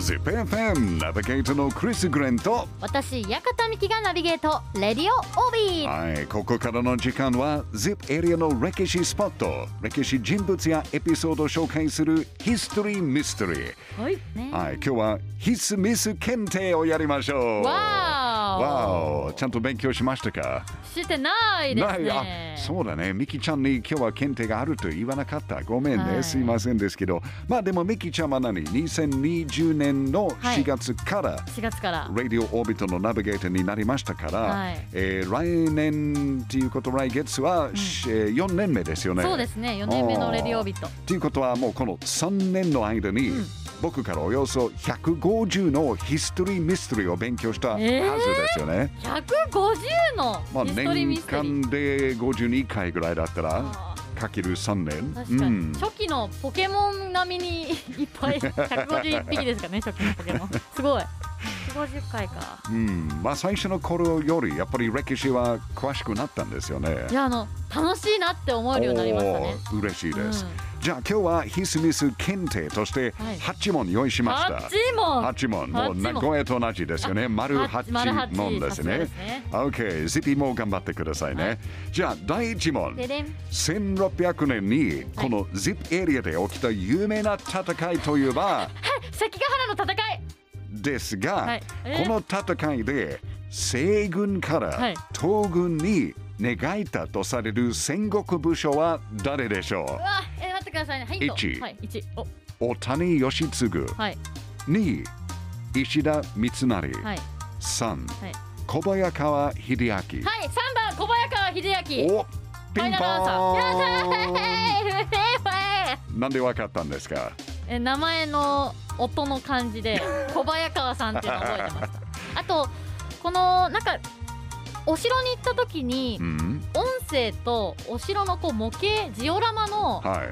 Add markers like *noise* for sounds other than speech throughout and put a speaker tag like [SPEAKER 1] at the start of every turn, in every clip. [SPEAKER 1] ZIPFM ナビゲートのクリス・グレンと
[SPEAKER 2] 私館美希がナビゲートレディオオービー
[SPEAKER 1] はいここからの時間は ZIP エリアの歴史スポット歴史人物やエピソードを紹介するヒストリー・ミステリー
[SPEAKER 2] はいね
[SPEAKER 1] はい今日はヒスミス検定をやりましょう
[SPEAKER 2] わーお
[SPEAKER 1] わおちゃんと勉強しましたか
[SPEAKER 2] してないですね
[SPEAKER 1] ないあそうだねミキちゃんに今日は検定があると言わなかったごめんね、
[SPEAKER 2] はい
[SPEAKER 1] すいませんですけどまあでもミキちゃんは何2020年の
[SPEAKER 2] はい
[SPEAKER 1] 4月から、
[SPEAKER 2] 4月から
[SPEAKER 1] ラディオオービットのナビゲーターになりましたから、
[SPEAKER 2] はい
[SPEAKER 1] えー来年ということ来月は、しえー4年目ですよね。
[SPEAKER 2] そうですね4年目のレディオオービット
[SPEAKER 1] ということはもうこの3年の間に、僕からおよそ150のヒストリーミステリーを勉強したはず
[SPEAKER 2] えー
[SPEAKER 1] ですよね。
[SPEAKER 2] 150の
[SPEAKER 1] まあ、
[SPEAKER 2] ヒストリーミ
[SPEAKER 1] 年
[SPEAKER 2] ステリ
[SPEAKER 1] 間で
[SPEAKER 2] ー、
[SPEAKER 1] 52回ぐらいだったら
[SPEAKER 2] あ
[SPEAKER 1] かける3年。
[SPEAKER 2] 確かに、
[SPEAKER 1] うん
[SPEAKER 2] 初期のポケモン並みにいっ
[SPEAKER 1] *laughs*
[SPEAKER 2] ぱい151匹ですかね初期のポケモンすごい150回か
[SPEAKER 1] うんまあ、最初の頃よりやっぱり歴史は詳しくなったんですよね。
[SPEAKER 2] いやあの楽しいなって思えるようになりましたね
[SPEAKER 1] おー嬉しいです、
[SPEAKER 2] うん
[SPEAKER 1] じゃあ今日はヒスミス検定として
[SPEAKER 2] はい
[SPEAKER 1] 8問用意しました、
[SPEAKER 2] 八問
[SPEAKER 1] 8問もう名
[SPEAKER 2] 八問
[SPEAKER 1] 古屋と同じですよね丸8問です
[SPEAKER 2] 丸八
[SPEAKER 1] ね
[SPEAKER 2] さすがね
[SPEAKER 1] OK ゼピも頑張ってくださいね、
[SPEAKER 2] はい
[SPEAKER 1] じゃあ第1問
[SPEAKER 2] ででん
[SPEAKER 1] 1600年にこの ZIP エリアで起きた有名な戦いといえ
[SPEAKER 2] *laughs*
[SPEAKER 1] ば
[SPEAKER 2] 関ヶ原の戦い
[SPEAKER 1] ですが、
[SPEAKER 2] はいえー
[SPEAKER 1] この戦いで西軍か
[SPEAKER 2] は
[SPEAKER 1] ら
[SPEAKER 2] い
[SPEAKER 1] 東軍に願いたとされる戦国武将は誰でしょ
[SPEAKER 2] うわえー待ってくださいねはいどう
[SPEAKER 1] 一
[SPEAKER 2] はい一お
[SPEAKER 1] う大谷義次
[SPEAKER 2] はい
[SPEAKER 1] 2石田三成、
[SPEAKER 2] はい
[SPEAKER 1] 3
[SPEAKER 2] はい
[SPEAKER 1] 小早川秀明、
[SPEAKER 2] はい三番小早川秀明
[SPEAKER 1] おピンポー
[SPEAKER 2] ーやったー
[SPEAKER 1] ンなんでわかったんですか
[SPEAKER 2] え名前の音の感
[SPEAKER 1] *laughs*
[SPEAKER 2] じで小早川さんっていうのを覚えてましたあとこのなんかお城に行った時に
[SPEAKER 1] うん
[SPEAKER 2] 音声とお城のこう模型ジオラマの
[SPEAKER 1] はい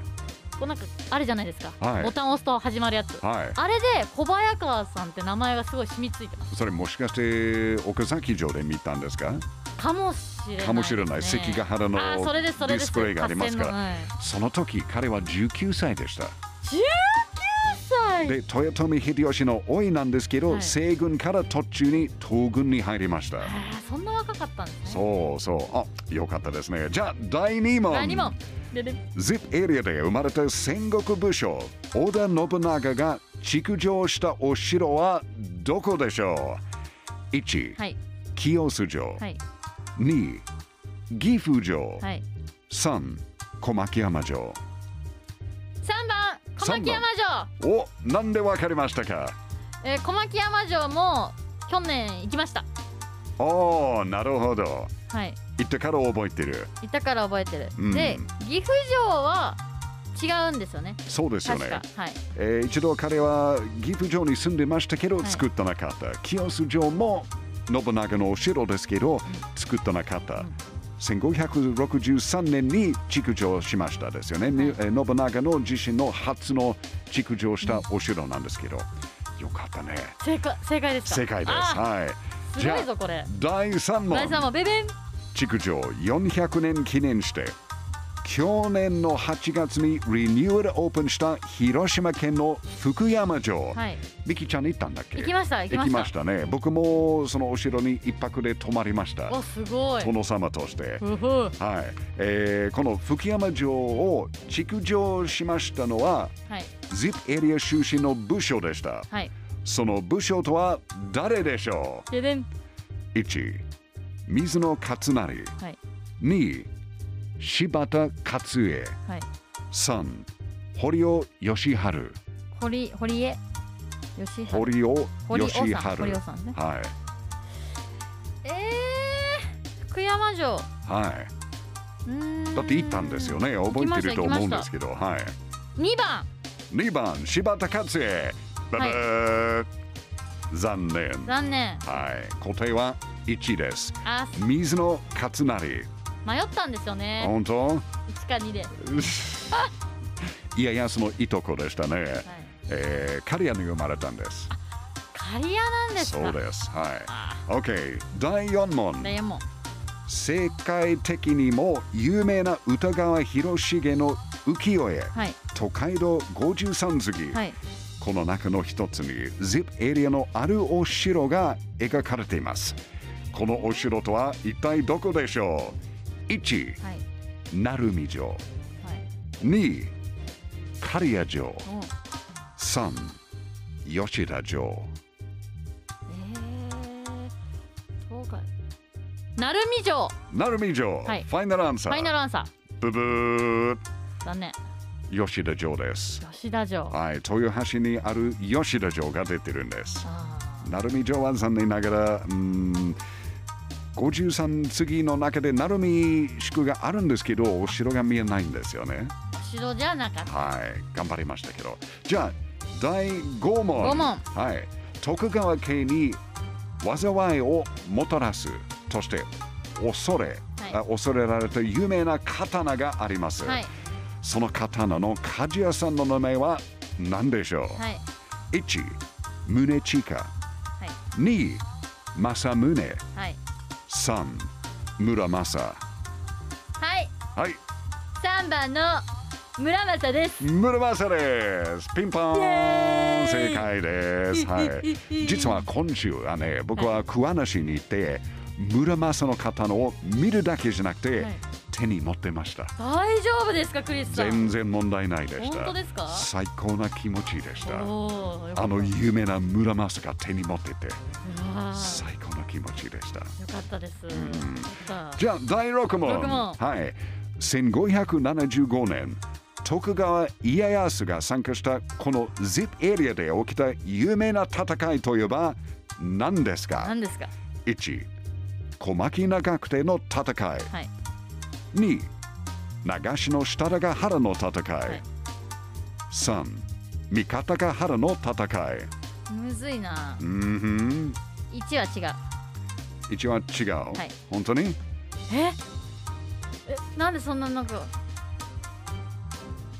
[SPEAKER 2] こうなんかあるじゃないですか、
[SPEAKER 1] はい
[SPEAKER 2] ボタンを押すと始まるやつ
[SPEAKER 1] はい
[SPEAKER 2] あれで小早川さんって名前がすごい染みついてます
[SPEAKER 1] それもしかして岡崎城で見たんですか
[SPEAKER 2] かもしれないですね、
[SPEAKER 1] かもしれない関ヶ原の
[SPEAKER 2] あーそれですそれです
[SPEAKER 1] ディスプレイがありますから
[SPEAKER 2] 合戦のはい
[SPEAKER 1] その時彼は19歳でした
[SPEAKER 2] 19歳
[SPEAKER 1] で豊臣秀吉の甥なんですけど、
[SPEAKER 2] はい
[SPEAKER 1] 西軍から途中に東軍に入りました、
[SPEAKER 2] あーそんな若かったんですね
[SPEAKER 1] そうそうあよかったですねじゃあ第2問
[SPEAKER 2] 第2問でで
[SPEAKER 1] ZIP エリアで生まれた戦国武将織田信長が築城したお城はどこでしょう ?1、
[SPEAKER 2] はい
[SPEAKER 1] 清洲城、
[SPEAKER 2] はい
[SPEAKER 1] 2岐阜城、
[SPEAKER 2] はい
[SPEAKER 1] 3小牧山城
[SPEAKER 2] 三番小
[SPEAKER 1] 三
[SPEAKER 2] 牧
[SPEAKER 1] 番
[SPEAKER 2] 山城
[SPEAKER 1] おなんでわかりましたか
[SPEAKER 2] えー小牧山城も去年行きました
[SPEAKER 1] おーなるほど
[SPEAKER 2] はい
[SPEAKER 1] 行ってから覚えてる
[SPEAKER 2] 行ったから覚えてる、
[SPEAKER 1] うん
[SPEAKER 2] で岐阜城は違うんですよね
[SPEAKER 1] そうですよね
[SPEAKER 2] 確か、はい
[SPEAKER 1] えー一度彼は岐阜城に住んでましたけど、
[SPEAKER 2] はい
[SPEAKER 1] 作ってなかった清洲城も信長のお城ですけど、作ってなかった、1563年に築城しましたですよね、にえー信長の自身の初の築城したお城なんですけど、よかったね
[SPEAKER 2] 正解正解ですか
[SPEAKER 1] 正解です
[SPEAKER 2] あ
[SPEAKER 1] はい
[SPEAKER 2] ー
[SPEAKER 1] じ
[SPEAKER 2] すご
[SPEAKER 1] ゃ
[SPEAKER 2] い
[SPEAKER 1] あ
[SPEAKER 2] ぞこれ
[SPEAKER 1] 第3問
[SPEAKER 2] 第三問ベベン
[SPEAKER 1] 築城400年記念して去年の8月にリニューアルオープンした広島県の福山城、
[SPEAKER 2] はい
[SPEAKER 1] ミキちゃん行ったんだっけ
[SPEAKER 2] 行きました行きま
[SPEAKER 1] 行
[SPEAKER 2] し
[SPEAKER 1] き
[SPEAKER 2] た
[SPEAKER 1] ましたね僕もそのお城に一泊で泊まりました
[SPEAKER 2] おすごい
[SPEAKER 1] 殿様として
[SPEAKER 2] ふふ
[SPEAKER 1] はい、えーこの福山城を築城しましたのは
[SPEAKER 2] はい
[SPEAKER 1] ZIP エリア出身の武将でした
[SPEAKER 2] はい
[SPEAKER 1] その武将とは誰でしょ
[SPEAKER 2] ででん
[SPEAKER 1] う1水野勝成
[SPEAKER 2] はい
[SPEAKER 1] 2柴田勝家
[SPEAKER 2] はい
[SPEAKER 1] 3堀尾義治
[SPEAKER 2] 堀堀江吉原
[SPEAKER 1] 堀尾
[SPEAKER 2] 堀尾
[SPEAKER 1] 義
[SPEAKER 2] さん
[SPEAKER 1] 治
[SPEAKER 2] 堀尾さんね
[SPEAKER 1] はい
[SPEAKER 2] えー、福山城
[SPEAKER 1] はい、
[SPEAKER 2] うーん
[SPEAKER 1] だって行ったんですよね覚えてると思うんですけどはい
[SPEAKER 2] 2番
[SPEAKER 1] 2番柴田勝家ブブー、残念
[SPEAKER 2] 残念
[SPEAKER 1] はい答えは1です
[SPEAKER 2] あ
[SPEAKER 1] 水野勝成
[SPEAKER 2] 迷ったんですよね
[SPEAKER 1] 本当
[SPEAKER 2] 1か2で、はい、
[SPEAKER 1] いやいやそのいとこでしたね、えー、カリアに生まれたんです
[SPEAKER 2] 刈谷なんです
[SPEAKER 1] そ
[SPEAKER 2] か
[SPEAKER 1] うですは
[SPEAKER 2] あ
[SPEAKER 1] い OK 第4問
[SPEAKER 2] ダイヤモン
[SPEAKER 1] 世界的にも有名な歌川広重の浮世絵
[SPEAKER 2] はい
[SPEAKER 1] 都会道53次、
[SPEAKER 2] はい
[SPEAKER 1] この中の一つに ZIP エリアのあるお城が描かれていますこのお城とは一体どこでしょう1
[SPEAKER 2] はい
[SPEAKER 1] 鳴海城
[SPEAKER 2] はい
[SPEAKER 1] 2刈谷城
[SPEAKER 2] お
[SPEAKER 1] 3吉田城
[SPEAKER 2] えーどうか鳴海城
[SPEAKER 1] 鳴海城、
[SPEAKER 2] はい
[SPEAKER 1] ファイナルアン
[SPEAKER 2] フ
[SPEAKER 1] サ
[SPEAKER 2] ァイナ
[SPEAKER 1] ー
[SPEAKER 2] ルアンサ
[SPEAKER 1] ブブ
[SPEAKER 2] ー残念
[SPEAKER 1] ー吉田城です
[SPEAKER 2] 吉田城あ
[SPEAKER 1] はい、豊橋にある吉田城が出てるんです。
[SPEAKER 2] あ
[SPEAKER 1] 鳴海城は残念ながら、うーん、53次の中で鳴海宿があるんですけど、お城が見えないんですよね。
[SPEAKER 2] 城じゃなかった
[SPEAKER 1] はい、頑張りましたけど。じゃあ、第5問。
[SPEAKER 2] 五問
[SPEAKER 1] はい、徳川家に災いをもたらすとして、恐れ、
[SPEAKER 2] はい
[SPEAKER 1] あ恐れられた有名な刀があります。
[SPEAKER 2] はい
[SPEAKER 1] その刀の鍛冶屋さんの名前は何でしょう、
[SPEAKER 2] はい
[SPEAKER 1] 1宗近
[SPEAKER 2] はい
[SPEAKER 1] 2正宗
[SPEAKER 2] はい
[SPEAKER 1] 3村正
[SPEAKER 2] はい
[SPEAKER 1] はい
[SPEAKER 2] 三番の村正です
[SPEAKER 1] 村正ですピンポーン
[SPEAKER 2] イエーイ
[SPEAKER 1] 正解です、はい、実は今週はね僕は桑名市に行って村正の刀を見るだけじゃなくて、
[SPEAKER 2] はい
[SPEAKER 1] 手に持ってました
[SPEAKER 2] 大丈夫ですかクリスさん
[SPEAKER 1] 全然問題ないでした
[SPEAKER 2] 本当ですか
[SPEAKER 1] 最高な気持ちでした
[SPEAKER 2] おーよかった
[SPEAKER 1] あの有名な村正が手に持ってて
[SPEAKER 2] うわー
[SPEAKER 1] 最高の気持ちでした
[SPEAKER 2] よかったです、
[SPEAKER 1] ん
[SPEAKER 2] よかった
[SPEAKER 1] じゃあ第6問
[SPEAKER 2] 六問
[SPEAKER 1] はい1575年徳川家康が参加したこの ZIP エリアで起きた有名な戦いといえば何ですか
[SPEAKER 2] 何ですか
[SPEAKER 1] ?1 小牧長久手の戦い
[SPEAKER 2] はい
[SPEAKER 1] 2長篠設楽原の戦い、
[SPEAKER 2] い
[SPEAKER 1] 3三方ヶ原の戦い
[SPEAKER 2] むずいな
[SPEAKER 1] うんふん
[SPEAKER 2] 一は違う
[SPEAKER 1] 一応違う、
[SPEAKER 2] はい
[SPEAKER 1] 本当に
[SPEAKER 2] ええなんでそんななんか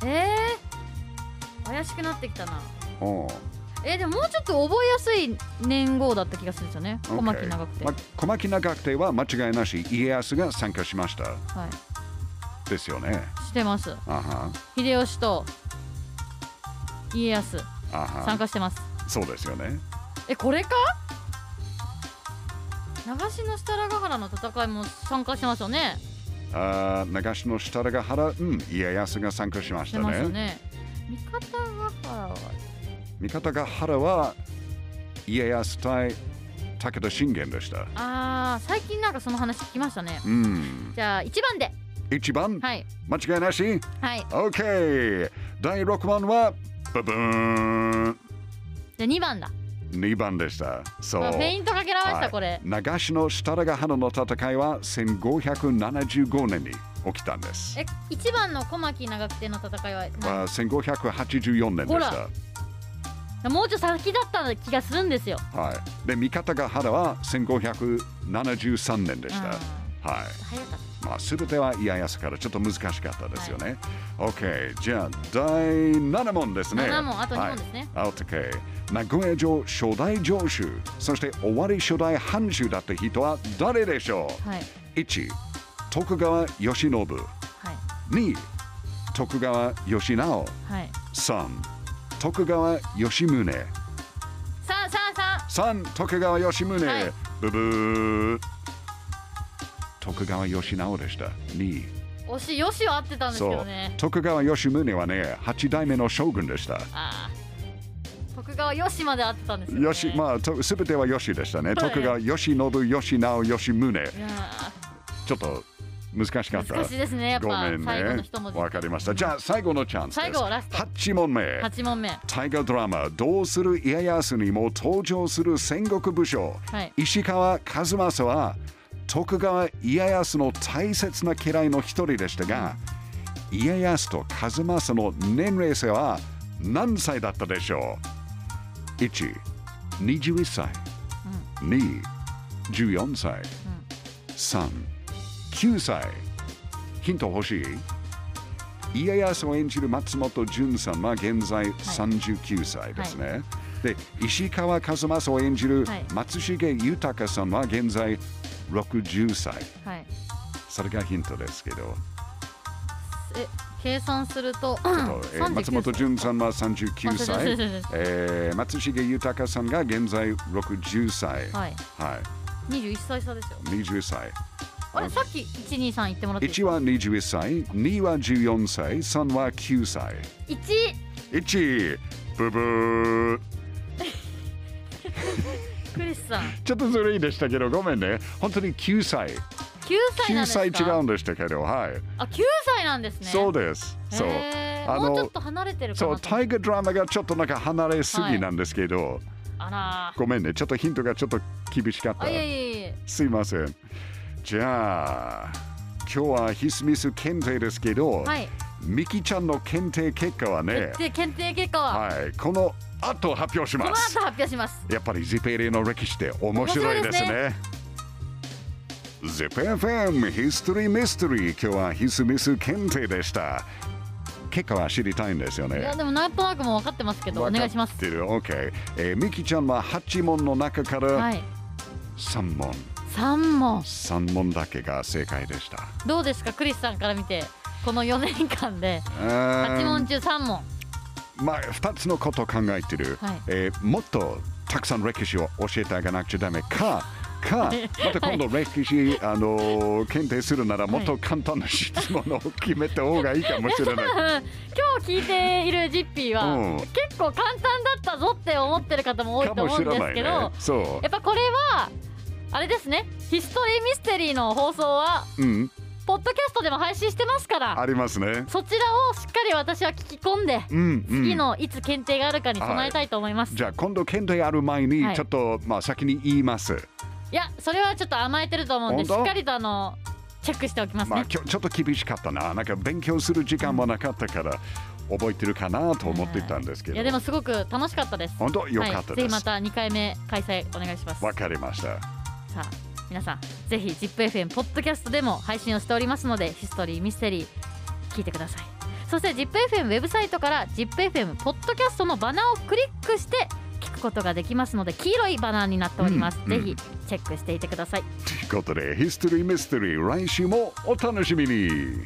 [SPEAKER 2] えー、怪しくなってきたな
[SPEAKER 1] おう
[SPEAKER 2] えーでももうちょっと覚えやすい年号だった気がするんですよね小牧長くて、
[SPEAKER 1] ま小牧長久手は間違いなし家康が参加しました
[SPEAKER 2] はい
[SPEAKER 1] ですよね
[SPEAKER 2] してます
[SPEAKER 1] あは
[SPEAKER 2] 秀吉と家康
[SPEAKER 1] あ
[SPEAKER 2] 参
[SPEAKER 1] は
[SPEAKER 2] 加してます
[SPEAKER 1] そうですよね
[SPEAKER 2] えこれか長篠設楽原の戦いも参加してますよね
[SPEAKER 1] あー長篠設楽原、うん、家康が参加しまし
[SPEAKER 2] したてます
[SPEAKER 1] ね
[SPEAKER 2] よね味方ヶ原は
[SPEAKER 1] 三方ヶ原は家康対武田信玄でした
[SPEAKER 2] あー最近なんかその話聞きましたね
[SPEAKER 1] うん
[SPEAKER 2] じゃあ一番で
[SPEAKER 1] 一番、
[SPEAKER 2] はい
[SPEAKER 1] 間違いなし
[SPEAKER 2] はい
[SPEAKER 1] OK 第6問はブブーン
[SPEAKER 2] じゃあ2番だ
[SPEAKER 1] 2番でしたそう
[SPEAKER 2] あフェイントかけられました、
[SPEAKER 1] はい
[SPEAKER 2] これ
[SPEAKER 1] 長篠設楽原の戦いは1575年に起きたんです。
[SPEAKER 2] え1番の小牧長久手の戦いは
[SPEAKER 1] は1584年でし
[SPEAKER 2] ほらなもうちょっと先だった気がするんですよ
[SPEAKER 1] た。はい、で、三方ヶ原は1573年でした
[SPEAKER 2] あ。
[SPEAKER 1] は
[SPEAKER 2] ー早か
[SPEAKER 1] い。
[SPEAKER 2] っ
[SPEAKER 1] まあ、すべては家康からちょっと難しかったですよね。OK、じゃあ、第7問です
[SPEAKER 2] た
[SPEAKER 1] ね。
[SPEAKER 2] 7問あと2問ですすね、
[SPEAKER 1] はい、OK。名古屋城初代城主、そして終わり初代藩主だった人は誰でしょ
[SPEAKER 2] はい、
[SPEAKER 1] う ?1、徳川慶喜。
[SPEAKER 2] はい
[SPEAKER 1] 2徳川義直
[SPEAKER 2] はい
[SPEAKER 1] 3徳川義宗
[SPEAKER 2] 三三三
[SPEAKER 1] 3徳川義宗、
[SPEAKER 2] はい
[SPEAKER 1] ブブー徳川義直でした2
[SPEAKER 2] 惜しいよしは合ってたんですけ
[SPEAKER 1] そ
[SPEAKER 2] ど
[SPEAKER 1] う
[SPEAKER 2] ね
[SPEAKER 1] 徳川義宗はね8代目の将軍でした
[SPEAKER 2] ああ徳川よしまで合ってたんですよ、ね、
[SPEAKER 1] よしまあと全ては義でしたね
[SPEAKER 2] そうね
[SPEAKER 1] 徳川義信義直義宗
[SPEAKER 2] いや
[SPEAKER 1] ちょっと難しか
[SPEAKER 2] ー
[SPEAKER 1] った
[SPEAKER 2] 難しいですねやっ
[SPEAKER 1] ご
[SPEAKER 2] ぱ、
[SPEAKER 1] めん
[SPEAKER 2] 最後の
[SPEAKER 1] ね
[SPEAKER 2] 一文字
[SPEAKER 1] わかりましたじゃあ最後のチャンスです
[SPEAKER 2] 最後ラスト
[SPEAKER 1] 8問目
[SPEAKER 2] 8問目は
[SPEAKER 1] 大河ドラマ「どうする家康」にも登場する戦国武将、
[SPEAKER 2] はい
[SPEAKER 1] 石川一正は徳川家康の大切な家来の一人でしたが、家康と一正の年齢差は何歳だったでしょう ?121 歳、214歳、39歳ヒント欲しい家康を演じる松本潤さんは現在39歳ですね。で、石川一正を演じる
[SPEAKER 2] はい
[SPEAKER 1] 松重豊さんは現在60歳。
[SPEAKER 2] い
[SPEAKER 1] それがヒントですけど、
[SPEAKER 2] え計算すると、
[SPEAKER 1] ちょっとえー松本潤さんは39
[SPEAKER 2] あそうそうそう
[SPEAKER 1] 歳
[SPEAKER 2] そ、
[SPEAKER 1] えー松重豊さんが現在60歳、
[SPEAKER 2] はい
[SPEAKER 1] は
[SPEAKER 2] 21歳差ですよ
[SPEAKER 1] い、20歳。
[SPEAKER 2] あれさっき123言ってもらっていい
[SPEAKER 1] 1は21歳、2は14歳、3は9歳。
[SPEAKER 2] 1
[SPEAKER 1] 1、ブブー。
[SPEAKER 2] クリスさん
[SPEAKER 1] ちょっとずるいでしたけど、ごめんね。本当に9歳。
[SPEAKER 2] 9歳なん
[SPEAKER 1] 9
[SPEAKER 2] ですか
[SPEAKER 1] 歳違うんでしたけど、はい。
[SPEAKER 2] あ9歳なんですね
[SPEAKER 1] そうです。そう。
[SPEAKER 2] へー
[SPEAKER 1] あ
[SPEAKER 2] もうちょっ
[SPEAKER 1] の、
[SPEAKER 2] と離れてるか
[SPEAKER 1] そ
[SPEAKER 2] な
[SPEAKER 1] う、
[SPEAKER 2] と
[SPEAKER 1] 大河ドラマがちょっとなんか離れすぎなんですけど、
[SPEAKER 2] あらー
[SPEAKER 1] ごめんね。ちょっとヒントがちょっと厳しかった
[SPEAKER 2] あい。やいやいや
[SPEAKER 1] すいません。じゃあ、今日はヒスミス検定ですけど、
[SPEAKER 2] はい
[SPEAKER 1] ミキちゃんの検定結果はね、
[SPEAKER 2] で検定結果は
[SPEAKER 1] はい、この後発表し
[SPEAKER 2] この
[SPEAKER 1] ま
[SPEAKER 2] 後
[SPEAKER 1] す
[SPEAKER 2] 発。表します
[SPEAKER 1] やっぱり ZIPFM の歴史って面白いですね。ZIPFM ヒストリーミステリー今日はヒスミス検定でした。結果は知りたいんですよ
[SPEAKER 2] い
[SPEAKER 1] ね
[SPEAKER 2] や。でもなんとなくもう分かってますけどお願いします
[SPEAKER 1] わかってる OK、えーミキちゃんは8問の中か
[SPEAKER 2] は
[SPEAKER 1] ら
[SPEAKER 2] い
[SPEAKER 1] 3問、
[SPEAKER 2] 3問
[SPEAKER 1] 3問だけが正解でした。
[SPEAKER 2] どうですかクリスさんから見てこの4年間で
[SPEAKER 1] 8
[SPEAKER 2] 8問中3問
[SPEAKER 1] まあ、2つのことを考えてる、
[SPEAKER 2] はい
[SPEAKER 1] えーもっとたくさん歴史を教えてあげなくちゃダメか
[SPEAKER 2] *laughs*
[SPEAKER 1] かまた今度歴史、あのー検定するならもっと簡単な質問を決めた方がいいかもしれない。
[SPEAKER 2] 今日聞いているジッピーは、
[SPEAKER 1] うん
[SPEAKER 2] 結構簡単だったぞって思ってる方も多い
[SPEAKER 1] か
[SPEAKER 2] と
[SPEAKER 1] も
[SPEAKER 2] 思う
[SPEAKER 1] し
[SPEAKER 2] んで
[SPEAKER 1] れ
[SPEAKER 2] す
[SPEAKER 1] ない
[SPEAKER 2] け
[SPEAKER 1] ね
[SPEAKER 2] ど、。
[SPEAKER 1] そ
[SPEAKER 2] やっぱこれはあれですねヒストリーミステリーの放送は
[SPEAKER 1] う、うん、
[SPEAKER 2] ポッドキャストでも配信してますから
[SPEAKER 1] ありますね。
[SPEAKER 2] そちらをしっかり私は聞き込んで、
[SPEAKER 1] うん、うん
[SPEAKER 2] 次のいつ検定があるかに備えたいと思います、
[SPEAKER 1] じゃあ今度検定ある前に
[SPEAKER 2] はい
[SPEAKER 1] ちょっと、まあ先に言います。
[SPEAKER 2] いやそれはちょっと甘えてると思うんでし
[SPEAKER 1] 本当
[SPEAKER 2] っかりとあのチェックしておきます
[SPEAKER 1] まあ
[SPEAKER 2] ね、
[SPEAKER 1] きょちょっと厳しかったな、なんか勉強する時間もなかったから覚えてるかなと思っていたんですけど。
[SPEAKER 2] いやでもすごく楽しかったです
[SPEAKER 1] 本当良かった
[SPEAKER 2] はい、ぜ
[SPEAKER 1] で
[SPEAKER 2] ひ
[SPEAKER 1] す。
[SPEAKER 2] また2回目開催お願いします
[SPEAKER 1] わかりました。
[SPEAKER 2] さあ皆さんぜひ ZIPFM ポッドキャストでも配信をしておりますのでヒストリーミステリー聞いてくださいそして ZIPFM ウェブサイトから ZIPFM ポッドキャストのバナーをクリックして聞くことができますので黄色いバナーになっております、
[SPEAKER 1] うん
[SPEAKER 2] ぜひチェックしていてください
[SPEAKER 1] ということで、ヒストリーミステリー、来週もお楽しみに。